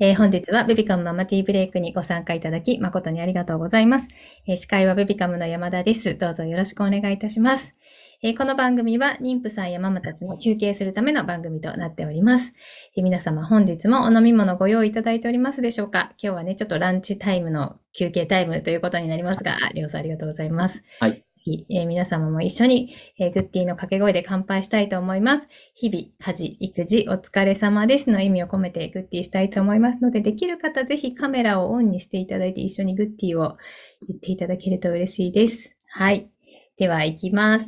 えー本日はベビカムママティーブレイクにご参加いただき誠にありがとうございます。えー司会はベビカムの山田です。どうぞよろしくお願いいたします。えーこの番組は妊婦さんやママたちの休憩するための番組となっております。えー皆様本日もお飲み物ご用意いただいておりますでしょうか今日はね、ちょっとランチタイムの休憩タイムということになりますが、りょうさんありがとうございます。はいぜひ。えー皆様も一緒に、えーグッティの掛け声で乾杯したいと思います。日々、家事、育児、お疲れ様ですの意味を込めてグッティしたいと思いますので、できる方、ぜひカメラをオンにしていただいて、一緒にグッティを言っていただけると嬉しいです。はい。では、行きます。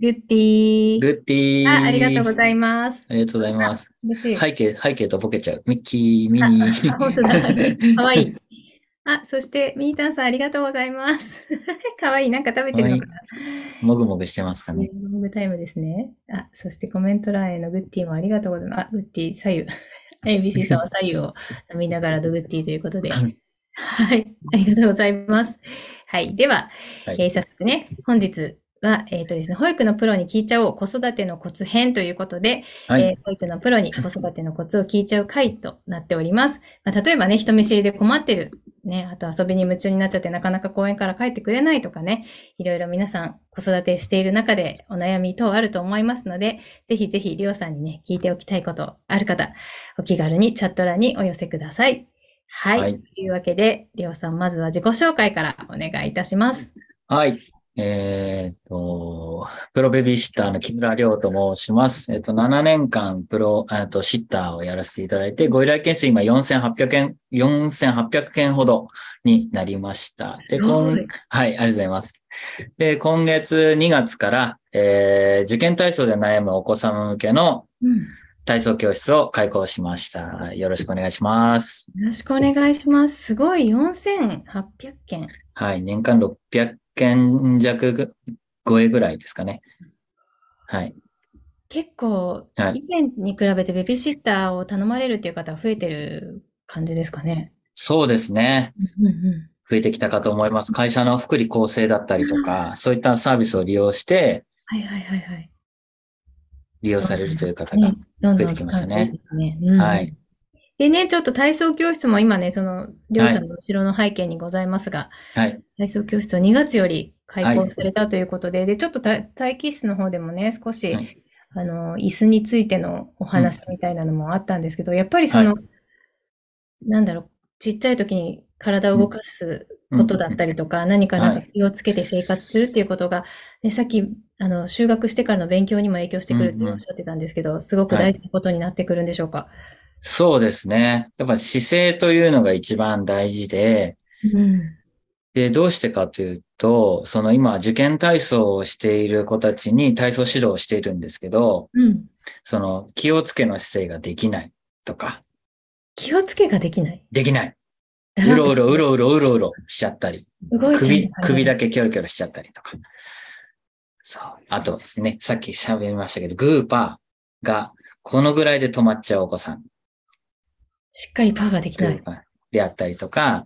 グッティルッティあありがとうございます。ます。ありがとうございます。嬉しい。背景、背景とボケちゃう。ミッキー、ミニー。あ本 当だかわいい。あ、そして、ミニタンさん、ありがとうございます。 かわいい。なんか食べてるのかな。 もぐもぐしてますかね。ロングタイムですね。あ、そしてコメント欄へのグッティもありがとうございます。あ、グッティ、左右。ABC さんは左右を飲みながらのグッティということで。はいはい。ありがとうございます。はい。では、はいえー早速ね、本日は、えっ、とですね、保育のプロに聞いちゃおう、子育てのコツ編ということで、はいえー保育のプロに子育てのコツを聞いちゃう回となっております。まあ、例えばね、人見知りで困ってる、ね、あと遊びに夢中になっちゃってなかなか公園から帰ってくれないとかね、いろいろ皆さん子育てしている中でお悩み等あると思いますので、ぜひぜひりょうさんにね、聞いておきたいことある方、お気軽にチャット欄にお寄せください。はい。はいというわけで、りょうさん、まずは自己紹介からお願いいたします。はい。えーっと、プロベビーシッターの木村亮と申します。えっと、7年間プロ、えっと、シッターをやらせていただいて、ご依頼件数今4800件、4800件ほどになりました。で、今すごいはい、ありがとうございます。で、今月2月から、えー受験体操で悩むお子様向けのうん体操教室を開講しました。よろしくお願いします。よろしくお願いします。すごい、4800件。はい、年間600件弱ぐ超えぐらいですかね。はい。結構、はい以前に比べてベビーシッターを頼まれるっていう方は増えてる感じですかね。そうですね。うんう増えてきたかと思います。会社の福利厚生だったりとか、そういったサービスを利用してはいはいはいはい。利用されるという方がね。どんどん増えてきましたね増えてきますねうんはいでね、ちょっと体操教室も今ね、その、りょうさんの後ろの背景にございますが、はい。体操教室を2月より開は講いされたということで、で、ちょっとた待機室の方でもね、少し、はいあの、椅子についてのお話みたいなのもあったんですけど、やっぱりその、なんだろう、ちっちゃい時に体を動かすことだったりとか、何かなんかは気をつけて生活するっていうことが、ね、さっき、あの、就学してからの勉強にも影響してくるってうんうんおっしゃってたんですけど、すごくはい大事なことになってくるんでしょうか。そうですね。やっぱ姿勢というのが一番大事で、うん。で、どうしてかというと、その今、受験体操をしている子たちに体操指導をしているんですけど、うん。その気をつけの姿勢ができないとか、気をつけができない。できない。だらっうとろうろ、うろうろ、うろうろしちゃったり、動いちゃうん首、だ首だけキョロキョロしちゃったりとか。そう。あとね、さっき喋りましたけど、グーパーがこのぐらいで止まっちゃうお子さん。しっかりパーができグない。ーパーであったりとか、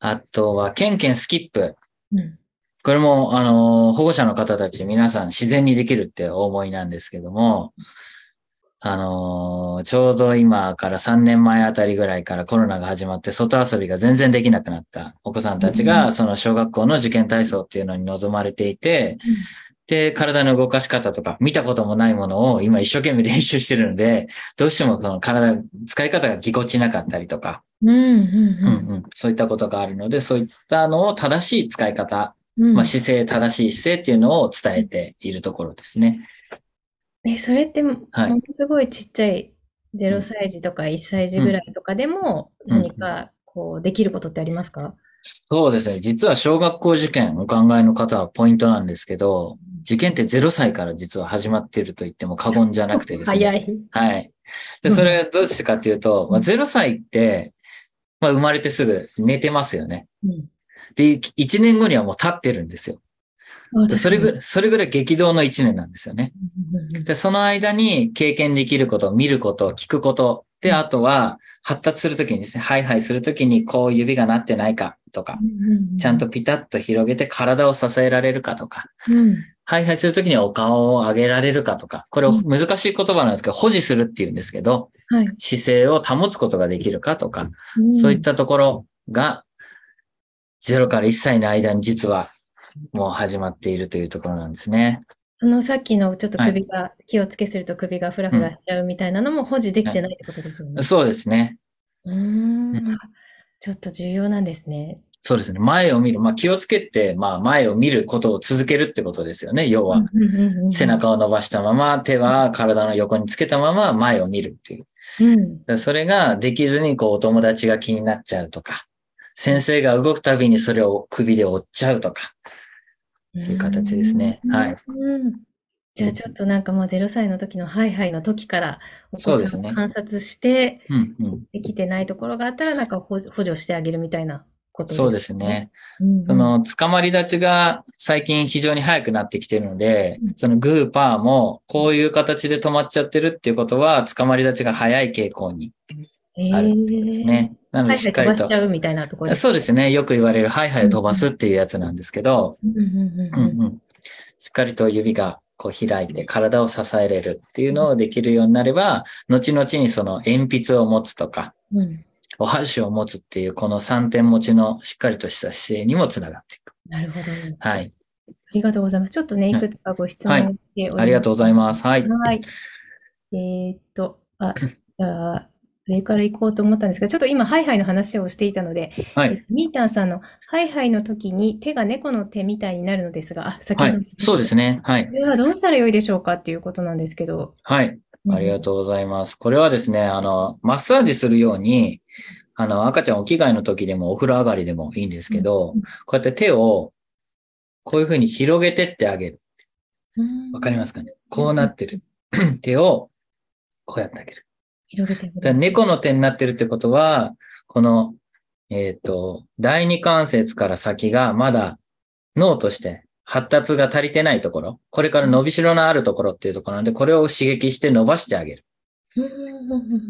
あとは、ケンケンスキップ。うんうんこれも、あの、保護者の方たち皆さん自然にできるってお思いなんですけども、あの、ちょうど今から3年前あたりぐらいからコロナが始まって外遊びが全然できなくなったお子さんたちうが、その小学校の受験体操っていうのに臨まれていて、で、体の動かし方とか見たこともないものを今一生懸命練習してるので、どうしてもその体、使い方がぎこちなかったりとか、うんうんううんんうんそういったことがあるので、そういったのを正しい使い方うんまあ、姿勢、正しい姿勢っていうのを伝えているところですね。え、それってもはいものすごいちっちゃい0歳児とか1歳児ぐらいとかでもうん何かこうできることってありますかそうですね。実は小学校受験お考えの方はポイントなんですけど、受験って0歳から実は始まっていると言っても過言じゃなくてですね。早い。はい。うで、んそれはどうしてかっていうと、まあ、0歳って、まあ、生まれてすぐ寝てますよね。うんで、1年後にはもう立ってるんですよ。あでそれ確かぐそれぐらい激動の1年なんですよね。にで、その間に経験できること、見ること、聞くこと。で、あとは、発達するときにですね、ハイハイするときに、こう指がなってないかとか、うんうんうんうんちゃんとピタッと広げて体を支えられるかとか、うんハイハイするときにはお顔を上げられるかとか、これうん難しい言葉なんですけど、保持するっていうんですけど、はい。姿勢を保つことができるかとか、そういったところが、0から1歳の間に実はもう始まっているというところなんですね。そのさっきのちょっとはい首が、気をつけすると首がフラフラしちゃうみたいなのも保持できてないってことですよね。そうですね。うーうんん。ちょっと重要なんですね。そうですね。前を見る。まあ気をつけて、まあ前を見ることを続けるってことですよね。要は、うんうんうんうん背。中を伸ばしたまま、手は体の横につけたまま前を見るっていう。うん。でそれができずにこうお友達が気になっちゃうとか、先生が動くたびにそれを首で折っちゃうとか、そういう形ですねうんはい。うんじゃあちょっとなんかもう0歳の時のハイハイの時からおそう子でさすんをね観察してうんうん、できてないところがあったらなんか補補助してあげるみたいなことそうですね。うんうんその、捕まり立ちが最近非常に早くなってきてるのでうん、そのグーパーもこういう形で止まっちゃってるっていうことは、捕まり立ちが早い傾向にあるってことですね。なえーハのでイしハっイ飛かりばしとち。ゃうみたいなところそうですね。よく言われる、ハイハイを飛ばすっていうやつなんですけど、うんうんうんうんうんうん、しっかりと指がこう開いて体を支えれるっていうのをできるようになれば、後々にその鉛筆を持つとか、うんお箸を持つっていうこの3点持ちのしっかりとした姿勢にもつながっていく。なるほど。はあい。りがとうございます。ちょっとね、いはいくつかご質はい問しておりありがとうございまます。はい。はい。えーっと、あ、じゃあ、それから行こうと思ったんですが、ちょっと今、ハイハイの話をしていたので、はい。ミータンさんのハイハイの時に手が猫の手みたいになるのですが、あ、先ほはど、い。そうですね。はいこ。れはどうしたらよいでしょうかっていうことなんですけど。はい。ありがとうございます。これはですね、あの、マッサージするように、あの、赤ちゃんお着替えの時でもお風呂上がりでもいいんですけどうん、こうやって手をこういうふうに広げてってあげる。うん。。わかりますすかねこうなってる。 手を、こうやってあげる。広げてだから猫の手になってるってことは、この、えっ、と、第二関節から先がまだ脳として発達が足りてないところ、これから伸びしろのあるところっていうところなんで、これを刺激して伸ばしてあげる。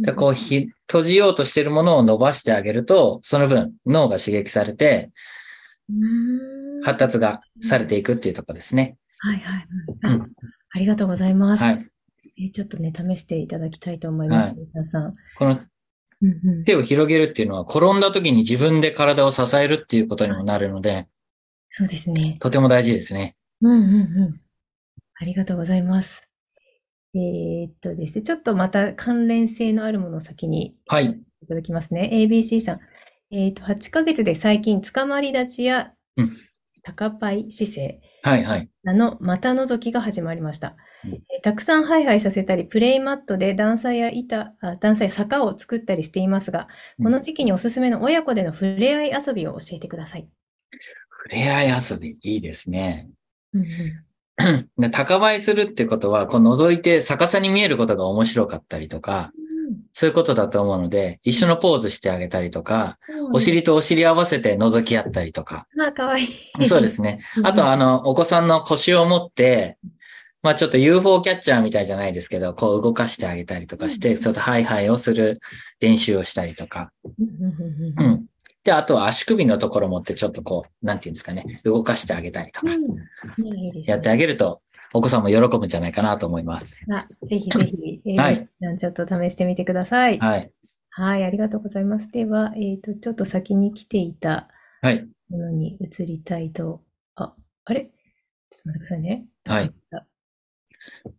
でこうひ、閉じようとしてるものを伸ばしてあげると、その分脳が刺激されて、うん。発達がされていくっていうところですね。はいはい。うあんありがとうございます。はい。えーちょっとね、試していただきたいと思います、はいミータンさん。このうんうん。手を広げるっていうのは、転んだ時に自分で体を支えるっていうことにもなるので、そうですね。とても大事ですね。うんうんうん。ありがとうございます。えーっとですね、ちょっとまた関連性のあるものを先にはい。いただきますね。ABC さん。えーっと、8ヶ月で最近、つかまり立ちやうん高パイ姿勢はいはい。あの股覗きが始まりました。うんえーたくさんハイハイさせたり、プレイマットで段差や板、あ段差や坂を作ったりしていますが、この時期におすすめの親子での触れ合い遊びを教えてください。触れ合い遊び、いいですね。 うんうんで高倍するってことは、こう覗いて逆さに見えることが面白かったりとか、そういうことだと思うので、一緒のポーズしてあげたりとか、お尻とお尻合わせて覗き合ったりとか。あー、かわいい。そうですね。あとは、あの、お子さんの腰を持って、まあちょっと UFO キャッチャーみたいじゃないですけど、こう動かしてあげたりとかしうて、んちょっとハイハイをする練習をしたりとか。うんうんうんううんん。で、あとは足首のところ持ってちょっとこう、なんていうんですかね、動かしてあげたりとか、うんいいですねやってあげると、お子さんも喜ぶんじゃないかなと思います。あぜひぜひ、えーはい皆さんちょっと試してみてください。はい、はい。ありがとうございます。では、えー、とちょっと先に来ていたはい。ものに移りたいと。あ、あれちょっと待ってくださいね。はいあ。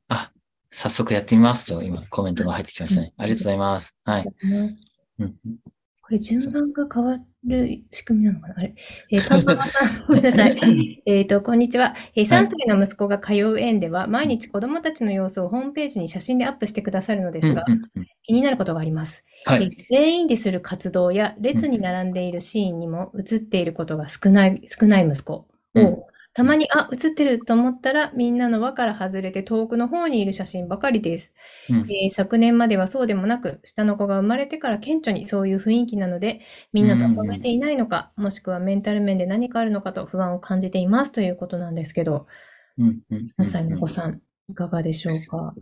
あ、早速やってみますと、今コメントが入ってきましたね。うんありがとうございます。はい。うんこれ順番が変わる仕組みなのかなあれ、えー、パンパンさん、ごめんな さい。えっと、こんにちは、えーはい3歳の息子が通う園では、毎日子供たちの様子をホームページに写真でアップしてくださるのでうんすうんが、うん気になることがあります。はい。え全員でする活動や列に並んでいるシーンにも映っていることが少ない少ない息子を、うんたまにあ映ってると思ったらみんなの輪から外れて遠くの方にいる写真ばかりです、うんえー昨年まではそうでもなく下の子が生まれてから顕著にそういう雰囲気なのでみんなと遊べていないのか、もしくはメンタル面で何かあるのかと不安を感じていますということなんですけどうんうんうん3歳のお子さんいかがでしょうか、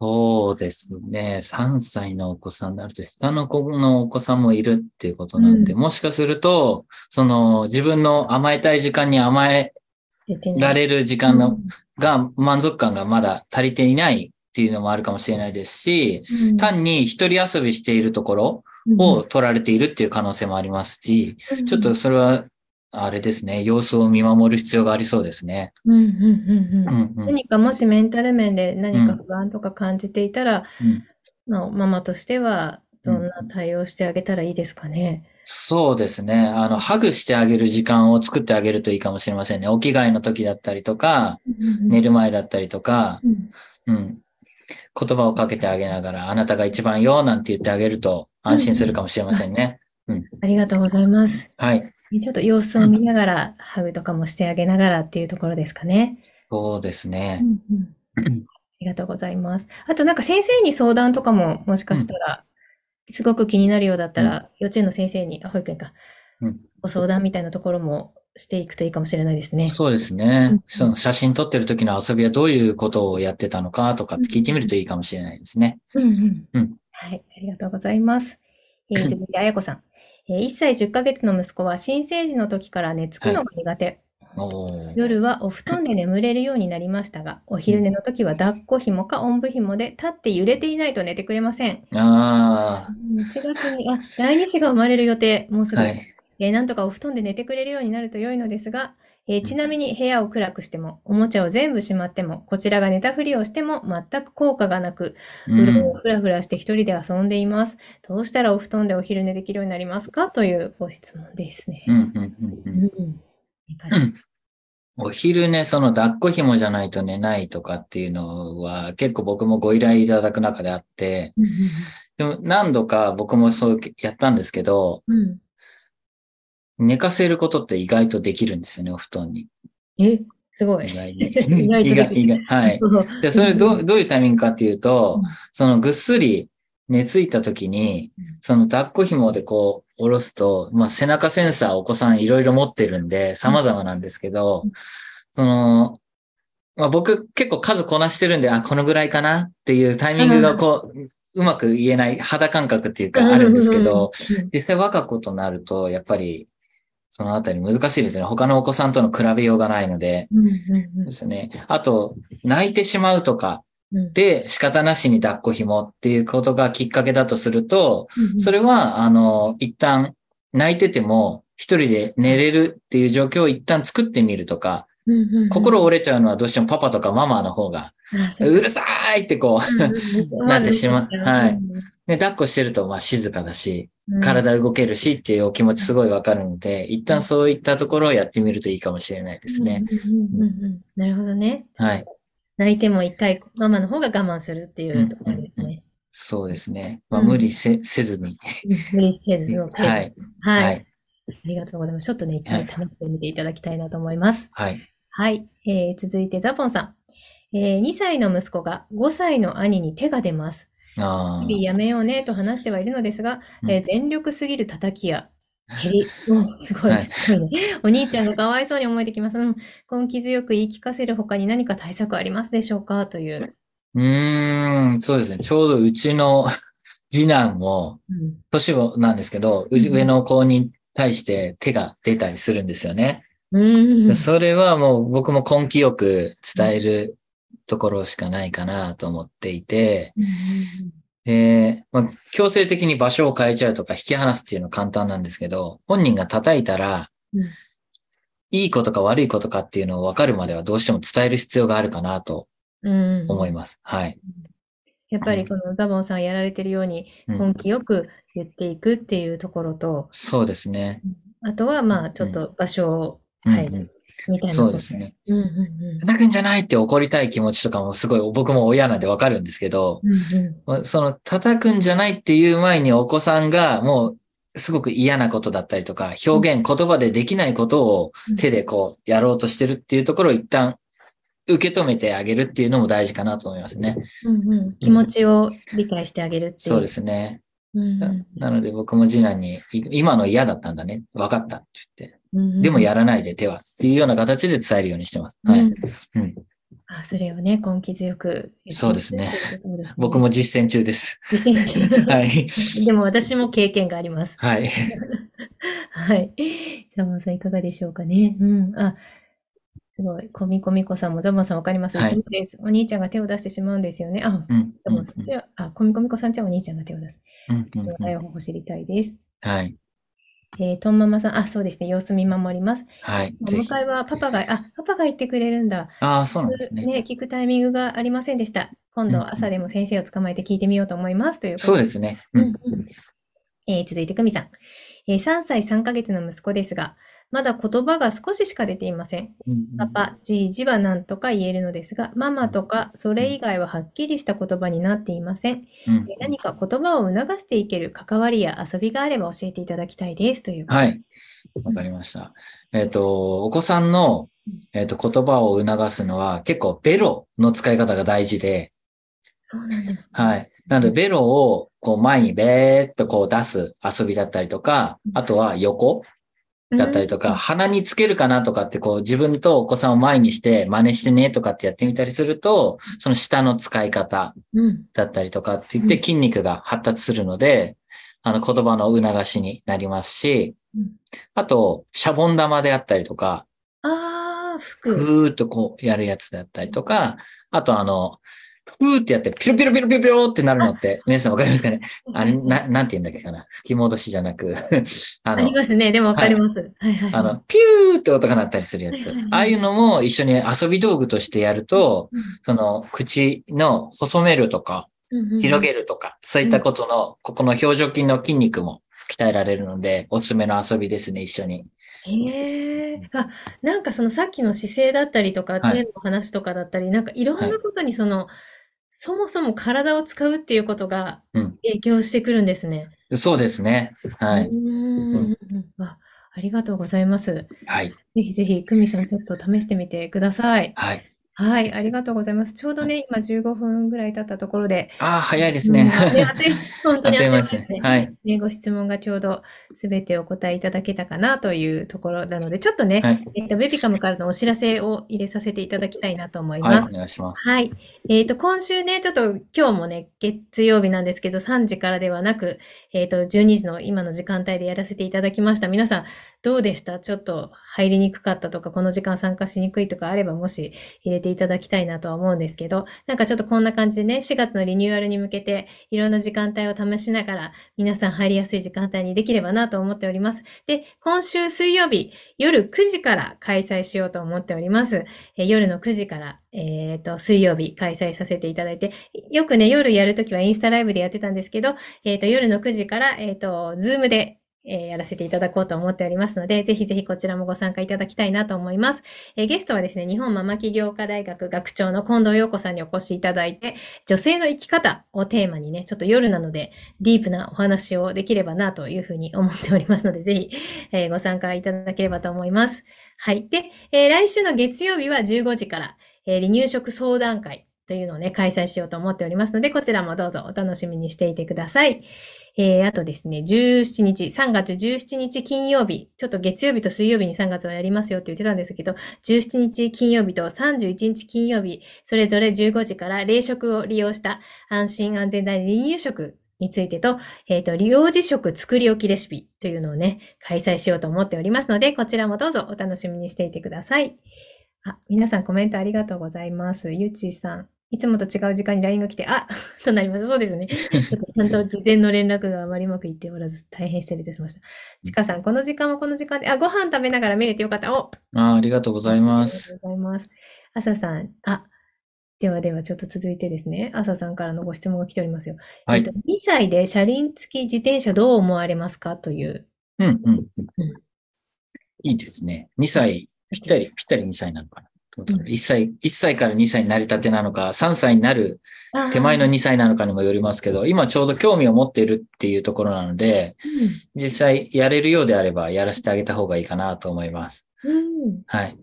そうですね。3歳のお子さんであると、下の子のお子さんもいるっていうことなんで、うもしかすると、その自分の甘えたい時間に甘えできない。られる時間の、うんが、満足感がまだ足りていないっていうのもあるかもしれないですし、うん単に一人遊びしているところを取られているっていう可能性もありますし、うんちょっとそれは、あれですね、様子を見守る必要がありそうですね。うんうんうんうんうんうん何かもしメンタル面で何かうん不安とか感じていたら、うんのママとしてはどんな対応してあげたらいいですかね。そうですね。あの、ハグしてあげる時間を作ってあげるといいかもしれませんね。お着替えの時だったりとか、寝寝る。る前だったりとか、うんうん。言葉をかけてあげながら、あなたが一番よ、なんて言ってあげると安心するかもしれませんね。ありがとうございます。はい。ちょっと様子を見ながら、ハグとかもしてあげながらっていうところですかね。そうですうね。んうんありがとうございます。あとなんか先生に相談とかももしかしたら、すごく気になるようだったら、幼稚園の先生に、あ保育園かうん、ご相談みたいなところもしていくといいかもしれないですね。そうですうねん。その写真撮ってる時の遊びはどういうことをやってたのかとかって聞いてみるといいかもしれないですね。うんううんん。はい、ありがとうございます。えー続いて、あやこさん。えー1歳10ヶ月の息子は新生児の時から寝つくのが苦手。おー夜はお布団で眠れるようになりましたが、お昼寝の時は抱っこ紐かおんぶ紐で立って揺れていないと寝てくれません。あ4月に、あ、第2子が生まれる予定、もうすあ、ぐ。はい。えーなんとかお布団で寝てくれるようになると良いのですが、えーちなみに部屋を暗くしても、おもちゃを全部しまっても、こちらが寝たふりをしても全く効果がなく、うブルーんを。ふらふらして一人で遊んでいます。どうしたらお布団でお昼寝できるようになりますかというご質問ですね。うん、うん、うん、うん。うんいかがですかお昼ね、その抱っこ紐じゃないと寝ないとかっていうのは結構僕もご依頼いただく中であって、でも何度か僕もそうやったんですけど、うん寝かせることって意外とできるんですよね、お布団に。え、すごい意。外に。 意外と意で外、き意外。はい。で、それどう、どういうタイミングかっていうとうん、そのぐっすり寝ついた時にうん、その抱っこ紐でこう、下ろすと、まあ背中センサーお子さんいろいろ持ってるんで、様々なんですけどうん、その、まあ僕結構数こなしてるんで、あ、このぐらいかなっていうタイミングがこう、うまく言えない肌感覚っていうかあるんですけど、、うん実際若子となると、やっぱり、そのあたり難しいですね。他のお子さんとの比べようがないので。うんうんですね。あと、泣いてしまうとか、うんで、仕方なしに抱っこ紐っていうことがきっかけだとすると、うんそれは、あの、一旦泣いてても、一人で寝れるっていう状況を一旦作ってみるとか、うんうんうん心折れちゃうのはどうしてもパパとかママの方が、あうるさいってこ う、なってしまうはい。ね、抱っこしてるとまあ静かだし、体動けるしっていうお気持ちすごいわかるので、一旦そういったところをやってみるといいかもしれないでですね。。うんうんうんうんなるほどね。はい。泣いても一回、ママの方が我慢するっていうところですね。そうですね。まあうん無理せせずに。無理せずの程度はい。はい。はい。ありがとうございます。ちょっとね、一回はい試してみていただきたいなと思います。はい。はい。えー続いて、ザポンさん。えー2歳の息子が5歳の兄に手が出ます。あ日々やめようねと話してはいるのですが、うんえー全力すぎる叩きや、蹴り。 おすごい、はいすごいね。お兄ちゃんがかわいそうに思えてきます。うん、根気強く言い聞かせる他に何か対策ありますでしょうかという。うーん、そうですね。ちょうどうちの 次男も、うん年子なんですけど、うちうん上の子に対して手が出たりするんですよね。うんでそれはもう僕も根気よく伝えるところしかないかなと思っていて、で、まあ、強制的に場所を変えちゃうとか引き離すっていうのは簡単なんですけど、本人が叩いたらうん、いいことか悪いことかっていうのを分かるまではどうしても伝える必要があるかなとうん思います。はい。やっぱりこのザボンさんやられてるようにうん根気よく言っていくっていうところと、そうですね。あとはまあちょっと場所をうん変えうんるみたいなそうでこすね。と。うんうん叩くんじゃないって怒りたい気持ちとかもすごい僕も親なんでわかるんですけど、うんうんうんその叩くんじゃないっていう前にお子さんがもうすごく嫌なことだったりとか、表現、言葉でできないことを手でこうやろうとしてるっていうところを一旦受け止めてあげるっていうのも大事かなと思いますね。うんうん気持ちを理解してあげるっていう。そうですね。うんうなんなので僕も次男に、い今の嫌だったんだね。わかったって言って。うんうんでもやらないで手はっていうような形で伝えるようにしてます。うはい。んうんあ、それをね、根気強く言ってそうですねいくということ ですね僕も実践 中です。はい。でも私も経験があります。はい。はい。ザボンさんいかがでしょうかね。うん。あ、すごい。コミコミコさんもザボンさんわかります。はいうちもです。お兄ちゃんが手を出してしまうんですよね。あ、うん。ザうんボンさんちは、あ、コミコミコさんちはお兄ちゃんが手を出す。うんうんその対応方法知りたいです。はい。えー、トンママさん、あ、そうですね。様子見守ります。はい。おぜひ。迎えはパパが、あ、パパが言ってくれるんだ。ああ、そうなんですね。ね、聞くタイミングがありませんでした。今うん度朝でも先生を捕まえて聞いてみようと思います。ということそうですね。ううんん。うんえー続いて、久美さん、えー3歳3ヶ月の息子ですが、まだ言葉が少ししか出ていません。うんパパ、じいじは何とか言えるのですが、ママとかそれ以外ははっきりした言葉になっていません。うんえー何か言葉を促していける関わりや遊びがあれば教えていただきたいです。ということではい。わかりました。えっ、と、お子さんの、えっ、と、言葉を促すのは結構ベロの使い方が大事で、そうなんです。はい。なので、ベロをこう前にベーっとこう出す遊びだったりとか、あとは横だったりとか、鼻につけるかなとかってこう自分とお子さんを前にして真似してねとかってやってみたりすると、その舌の使い方うん、うんだったりとかって言ってうん筋肉が発達するので、あの言葉の促しになりますしうん、あと、シャボン玉であったりとか、ああ、服。ふーっとこうやるやつだったりとか、あとあの、ふーってやってピロピロピロピロピロってなるのって、皆さんわかりますかねあれ、な、なんて言うんだっけかな吹き戻しじゃ なく、あありの、ますね。でもわかります。はいはい。あの、ピューって音が鳴ったりするやはついはいは。いああいうのも一緒に遊び道具としてやると、うん、その、口の細めるとうんか、うん広げるとか、そういったことの、ここの表情筋の筋肉も鍛えられるので、おすすめの遊びですね、一緒に。へえ、あ、なんかそのさっきの姿勢だったりとか、はい手の話とかだったり、なんかいろんはないことにその、そもそも体を使うっていうことがうん影響してくるんですね。そうですね。はうい。ーん。あ、ありがとうございます。ぜはい。ひぜひ、久美さんちょっと試してみてください。はい。はい、ありがとうございます。ちょうどね、今15分ぐらい経ったところで、ああ、早いでです ね。あっという本あ当っにとあいっという間う間でですすね。ね。はい。ね、ご質問がちょうどすべてお答えいただけたかなというところなので、ちょっとね、はい。えっと、ベビカムからのお知らせを入れさせていただきたいなと思い はい、ます。お願いします。はい。えっと、今週ね、ちょっと今日もね、月曜日なんですけど、3時からではなく、えっと、12時の今の時間帯でやらせていただきました。皆さん、どうでしたちょっと入りにくかったとか、この時間参加しにくいとかあれば、もし入れていただきたいなとは思うんですけど、なんかちょっとこんな感じでね、4月のリニューアルに向けて、いろんな時間帯を試しながら、皆さん入りやすい時間帯にできればなと思っております。で、今週水曜日、夜9時から開催しようと思っております。えー夜の9時から、えっと水曜日開催させていただいて、よくね、夜やるときはインスタライブでやってたんですけど、えっと夜の9時から、えっとズームで、えーやらせていただこうと思っておりますので、ぜひぜひこちらもご参加いただきたいなと思います。えーゲストはですね、日本ママ起業家大学学長の近藤陽子さんにお越しいただいて、女性の生き方をテーマにね、ちょっと夜なので、ディープなお話をできればなというふうに思っておりますので、ぜひ、えーご参加いただければと思います。はい。で、えー来週の月曜日は15時から、えー離乳食相談会というのをね、開催しようと思っておりますので、こちらもどうぞお楽しみにしていてください。えーあとですね、17日、3月17日金曜日、ちょっと月曜日と水曜日に3月はやりますよって言ってたんですけど、17日金曜日と31日金曜日、それぞれ15時から冷食を利用した安心安全な離乳食についてと、えっ、と、幼児食作り置きレシピというのをね、開催しようと思っておりますので、こちらもどうぞお楽しみにしていてください。あ、皆さんコメントありがとうございます。ゆちさん。いつもと違う時間に LINE が来て、あ となります。そうですね。ちょっとちゃんと事前の連絡があまりうまくいっておらず、大変失礼いたしました。ちかさん、この時間はこの時間で、あ、ご飯食べながら見れてよかった。おあーありがとうごございまあす。。りがとうございます。朝さん、あ、ではではちょっと続いてですね、朝さんからのご質問が来ておりますよ。はえっいと、。2歳で車輪付き自転車どう思われますかという。うんうんうんいいですね。2歳、ぴったり、ぴったり2歳なのかな。どうだろう1歳、1歳から2歳になりたてなのか、3歳になるあー手前の2歳なのかにもよりますけど、今ちょうど興味を持っているっていうところなので、実際やれるようであればやらせてあげた方がいいかなと思います。うんうんはい。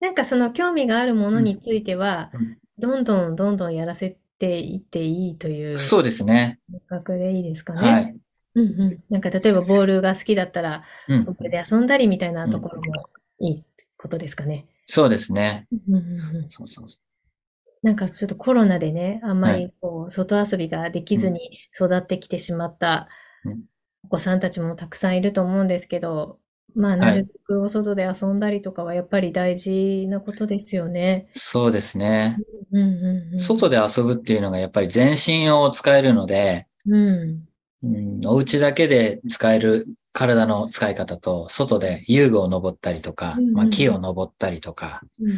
なんかその興味があるものについてはうん、どんどんどんどんやらせていっていいという感そうですね。覚でいいですかはね。い。うんうん。なんか例えばボールが好きだったら、うんボ。ールで遊んだりみたいなところもいいことですかね。そうですね。うんうんうんそうそうそなんかちょっとコロナでね、あんまはりこう外遊びができずに育ってきてしまったうんお子さんたちもたくさんいると思うんですけど、まあ、なはいるべくお外で遊んだりとかはやっぱり大事なことですよね。そうですね。うんうんうん。外で遊ぶっていうのがやっぱり全身を使えるので、うん。うん、お家だけで使える体の使い方と、外で遊具を登ったりとかうんう、んまあ、木を登ったりとか、うん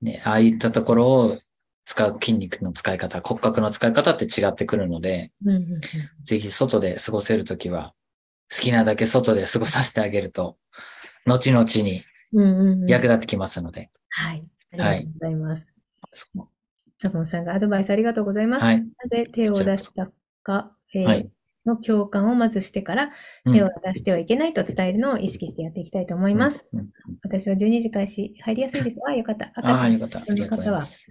ね、ああいったところを使う筋肉の使い方、骨格の使い方って違ってくるので、うんうんうんぜひ外で過ごせるときは、好きなだけ外で過ごさせてあげる と、後々にうんうんうん役立ってきますので。はい。ありがとうございます。そこサボンさんがアドバイスありがとうございます。はい。なぜ手を出したか、えーはいの共感をまずしてから、うん手を出してはいけないと伝えるのを意識してやっていきたいと思います。うんうん私は12時開始、入りやすいです。あ、よかった。赤ちあゃあ、んよかった。ありがとうございます。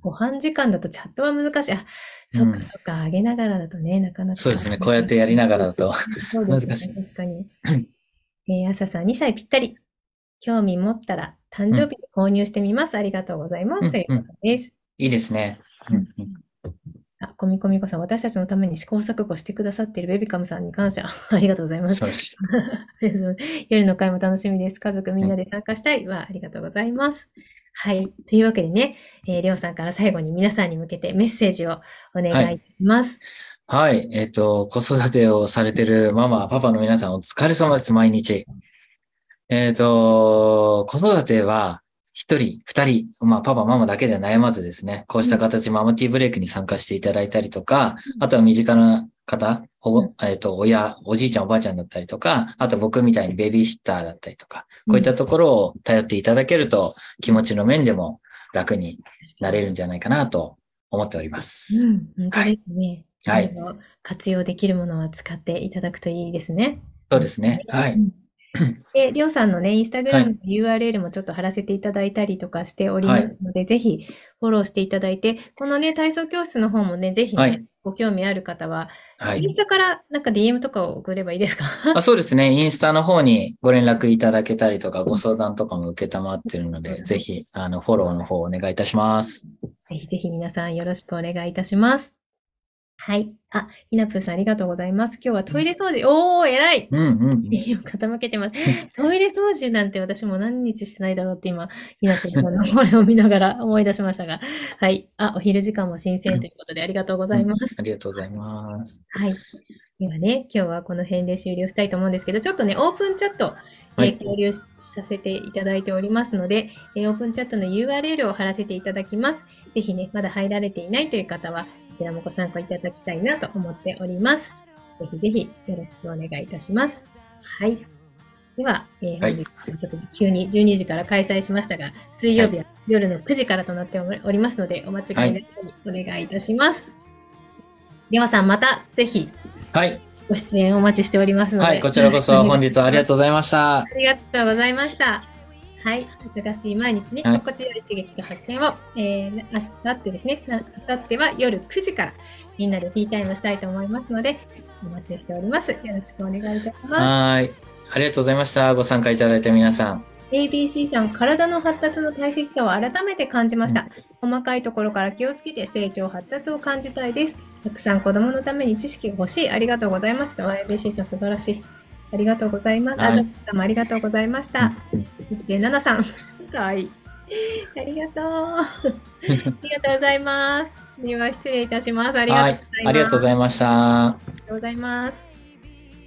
ご飯時間だとチャットは難しい。あ、そっかうんそっか、あげながらだとね、なかなか。そうですね。こうやってやりながらだと。そうですね難しいです確かに。えー、朝さん、2歳ぴったり。興味持ったら、誕生日に購入してみます。ありがとうございます。うんということです。いいですね。うんうんあ、コミコミコさん、私たちのために試行錯誤してくださっているベビカムさんに感謝。 ありがとうございますそう。です。 夜の会も楽しみです。家族みんなで参加したいはありがとうございます。はい。というわけでね、えー、りょうさんから最後に皆さんに向けてメッセージをお願いいたします。はい。えっと、子育てをされてるママ、パパの皆さんお疲れ様です、毎日。えっと、子育ては、一人、二人、まあ、パパ、ママだけで悩まずですね、こうした形、ママティーブレイクに参加していただいたりとか、あとは身近な方、保護、えっと、親、おじいちゃん、おばあちゃんだったりとか、あと僕みたいにベビーシッターだったりとか、こういったところを頼っていただけると、気持ちの面でも楽になれるんじゃないかなと思っております。うん、本当ですね。はいあの活用できるものは使っていただくといいですね。そうですね。はい。で、りょうさんのね、インスタグラムの URL もちょっと貼らせていただいたりとかしておりますので、ぜひフォローしていただいて、このね、体操教室の方もね、ぜひね、はいご興味ある方は、はインい。スタからなんか DM とかを送ればいいですか あ、そうですね。インスタの方にご連絡いただけたりとか、ご相談とかも受けたまってるので、ぜひ、あの、フォローの方お願いいたします。ぜひぜひ皆さんよろしくお願いいたします。はい。あ、ひなぷんさんありがとうございます。今日はトイレ掃除。おー、偉いうんうん。耳を傾けてます。 トイレ掃除なんて私も何日してないだろうって今、ひなこさんのこれを見ながら思い出しましたが。はい。あ、お昼時間も新鮮ということでありがとうございます。ありがとうございます。はい。ではね、今日はこの辺で終了したいと思うんですけど、ちょっとね、オープンチャット、えーはい交流しさせていただいておりますので、えーオープンチャットの URL を貼らせていただきます。ぜひね、まだ入られていないという方は、こちらもご参考いただきたいなと思っております。ぜひぜひよろしくお願いいたします。はい。では、えーは本い日はちょっと急に12時から開催しましたが、水曜日は夜の9時からとなっておりますので、お間違いなくお願いいたします。りょうさん、またぜひはい。ご出演お待ちしておりますので。はい。こちらこそ本日はありがととうございました。う。ありがとうございました。はい。忙しい毎日にはい心地よい刺激と発見を、えー、明日、明後日ですね。明後日は夜9時からみんなでティータイムしたいと思いますので、お待ちしております。よろしくお願いいたします。はい。ありがとうございました。ご参加いただいた皆さん。 ABC さん、体の発達の大切さを改めて感じました。細かいところから気をつけて成長発達を感じたいです。たくさん子供のために知識が欲しい。ありがとうございました。わ ABC さん、素晴らしい。ありがとうございます。はいあずきさんもありがとうございました。そして、ななさん、かわいい。ありがと う。ありがとうございます。では、失礼いたします。ありがとうございます。ありがとうございました。ありがとうございます。